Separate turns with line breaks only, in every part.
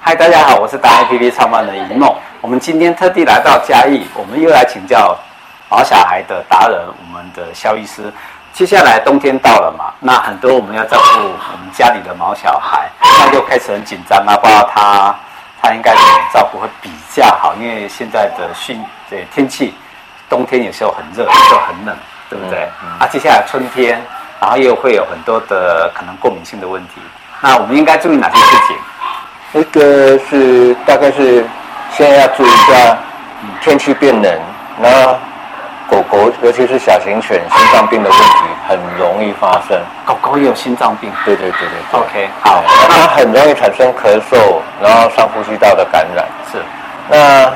嗨，大家好，我是达 APP 创办人一梦。我们今天特地来到嘉义，我们又来请教毛小孩的达人，我们的肖医师。接下来冬天到了嘛，那很多我们要照顾我们家里的毛小孩，那就开始很紧张啊，不知道他他应该怎么照顾会比较好，因为现在的训呃天气，冬天有时候很热，有时候很冷，对不对？啊，接下来春天，然后又会有很多的可能过敏性的问题，那我们应该注意哪些事情？
一个是大概是现在要注意一下天气变冷，然后狗狗尤其是小型犬心脏病的问题很容易发生。
狗狗也有心脏病。
对对对对对。
OK，好，
那它很容易产生咳嗽，然后上呼吸道的感染。
是
那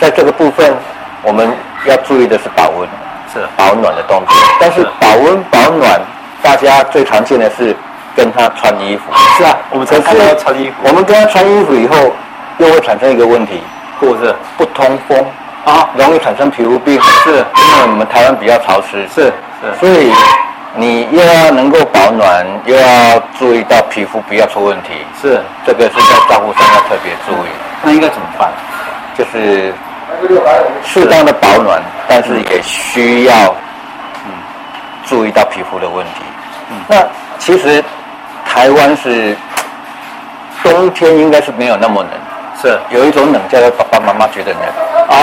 在这个部分，我们要注意的是保温、
是
保暖的动作。但是
哎是
保温保暖，大家最常见的是跟它穿衣服。
是啊，我们才看到穿衣服
我们跟它穿衣服以后，又会产生一个问题，
过热
不通风，
啊，
容易产生皮肤病。
是
因为我们台湾比较潮湿，
是是
所以你又要能够保暖，又要注意到皮肤不要出问题，
是，
这个是在照顾上要特别注意，
那应该怎么办？
就是适当的保暖，但是也需要嗯注意到皮肤的问题。
嗯
那其实台湾是冬天应该是没有那么冷，
是
有一种冷叫做爸爸妈妈觉得冷。
哦，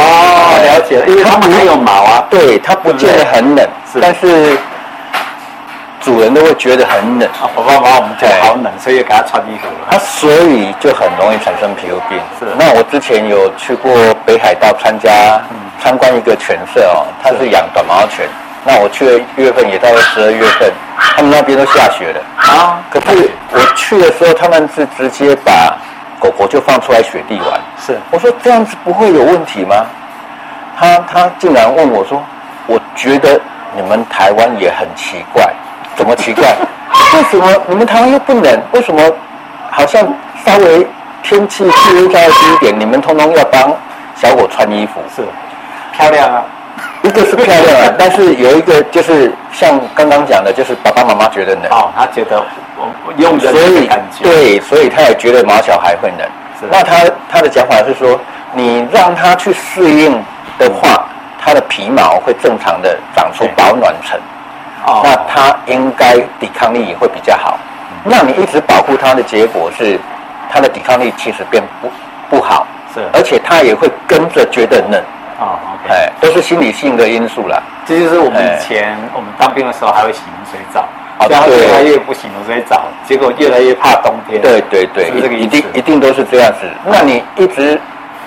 了解了，因为他们还有毛啊，
对，它不见得很冷，
是
但是主人都会觉得很冷，
啊，我爸妈我们觉得好冷，所以给他穿衣服了。
它啊所以就很容易产生皮肤病。
是
那我之前有去过北海道参加参观一个犬舍哦，它是养短毛犬。那我去的月份也大概十二月份，他们那边都下雪了。
啊，
可是我去的时候，他们是直接把狗狗就放出来雪地玩。
是
我说这样子不会有问题吗？他他竟然问我说，我觉得你们台湾也很奇怪，怎么奇怪？为什么你们台湾又不冷？为什么好像稍微天气气温稍微低一点，你们通通要帮小狗穿衣服？
是，漂亮啊，
一个是漂亮啊，但是有一个就是像刚刚讲的，就是爸爸妈妈觉得冷。
哦，他觉得我我用人
所
的
以
感觉，
对，所以他也觉得毛小孩会冷
是。
那他他的讲法是说，你让他去适应的话，他的皮毛会正常的长出
对
保暖层，
哦，
那他应该抵抗力也会比较好。
嗯
那你一直保护他的结果是，他的抵抗力其实变不不好，
是
而且他也会跟着觉得冷，
哦，OK，
哎，都是心理性的因素啦。
这就是我们
哎
以前我们当兵的时候还会洗冷水澡，
哦
然后
对
越来越不洗冷水澡，结果越来越怕冬天。
对对对，
是不是这个
一
意
一
思嗯
定一定都是这样子。那你一直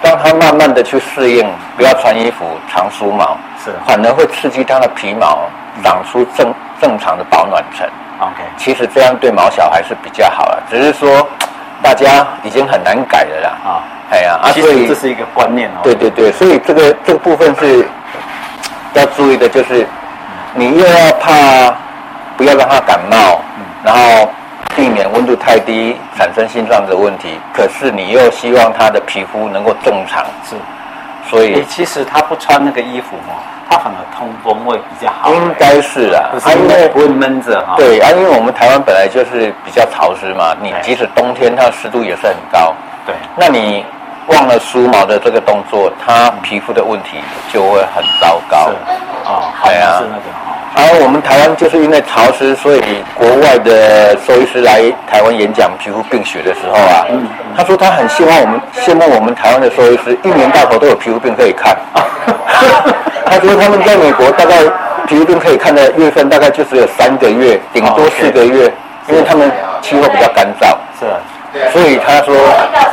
让它慢慢的去适应，不要穿衣服、长梳毛，
是
反而会刺激它的皮毛长出正正常的保暖层。
，OK，
其实这样对毛小孩是比较好了，只是说大家已经很难改了啦。
啊，
哎呀，啊，
其
所
实
以
这是一个观念哦。
对对对，所以这个这个部分是要注意的，就是你又要怕不要让它感冒，然后避免温度太低产生心脏的问题，可是你又希望它的皮肤能够正常，
是，
所
诶，
以
其实他不穿那个衣服哦，他反而通风会比较好。
应该是啦
不，
啊，
是
因
因为
为
不会闷着哈。，
对啊，因为我们台湾本来就是比较潮湿嘛，你
对
即使冬天它的湿度也是很高，
对
那你忘了梳毛的这个动作，它皮肤的问题就会很糟糕
嗯是。哦，好
哎呀
像是那个哦，
而我们台湾就是因为潮湿，所以国外的兽医师来台湾演讲皮肤病学的时候啊，他说他很希望我们羡慕我们台湾的兽医师，一年到头都有皮肤病可以看。他说他们在美国大概皮肤病可以看的月份大概就只有三个月，顶多
哦
四个月，因为他们气候比较干燥。
是
所以他说，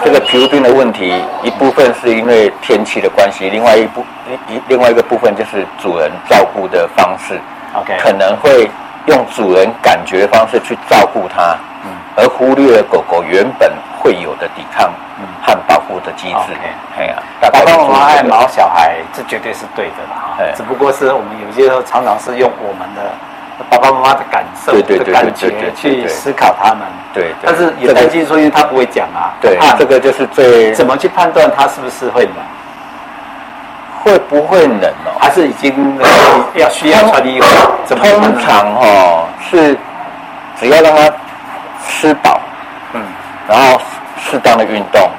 这个皮肤病的问题，一部分是因为天气的关系，另外一部一一另外一个部分就是主人照顾的方式
OK
可能会用主人感觉方式去照顾它，嗯，而忽略了狗狗原本会有的抵抗和保护的机制
嗯 OK。
哎呀，大
爸
概
爸妈妈爱
是这个
毛小孩，这绝对是对的啦哈
哎。
只不过是我们有些时候常常是用我们的爸爸妈妈的感受、
对对
的
对
感
对对对
觉
对
去
对
思考他们。
对对
但是也
这个
担心说，因为他不会讲啊，
对
怕，
这个就是最
怎么去判断他是不是会冷，
会不会冷哦？
还是已经呃要需要穿衣服？怎么去判
通
断
常哦是只要让它吃饱，
嗯
然后适当的运动，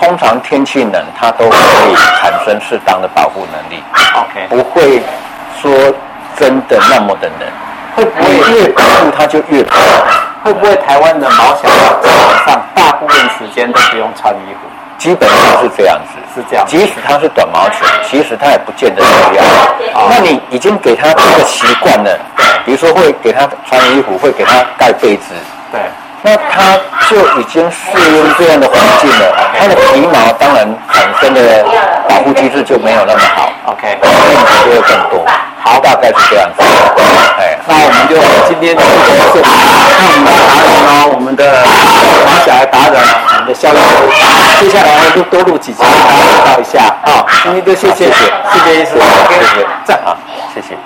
通常天气冷，它都可以产生适当的保护能力，
OK，
不会说真的那么的冷。
会不
你
会
越保护它就越保护
会不会台湾的毛小孩基本上大部分时间都不用穿衣服？
基本上是这样子，
是这样
即使它是短毛犬，其实它也不见得需
啊
要。那你已经给它这个习惯了，比如说会给它穿衣服，会给它盖被子，
对，
那它就已经适应这样的环境了，它的皮毛当然产生的保护机制就没有那么好，
OK，
问题就会更多。好，大概是这样子。哎，
那我们就今天就结束。那我们的达人呢，我们的毛小孩达人，我们的肖医师，接下来就多录几集，大家知道一下啊。今天就谢谢，谢谢医师，
谢谢，
赞啊。
谢谢。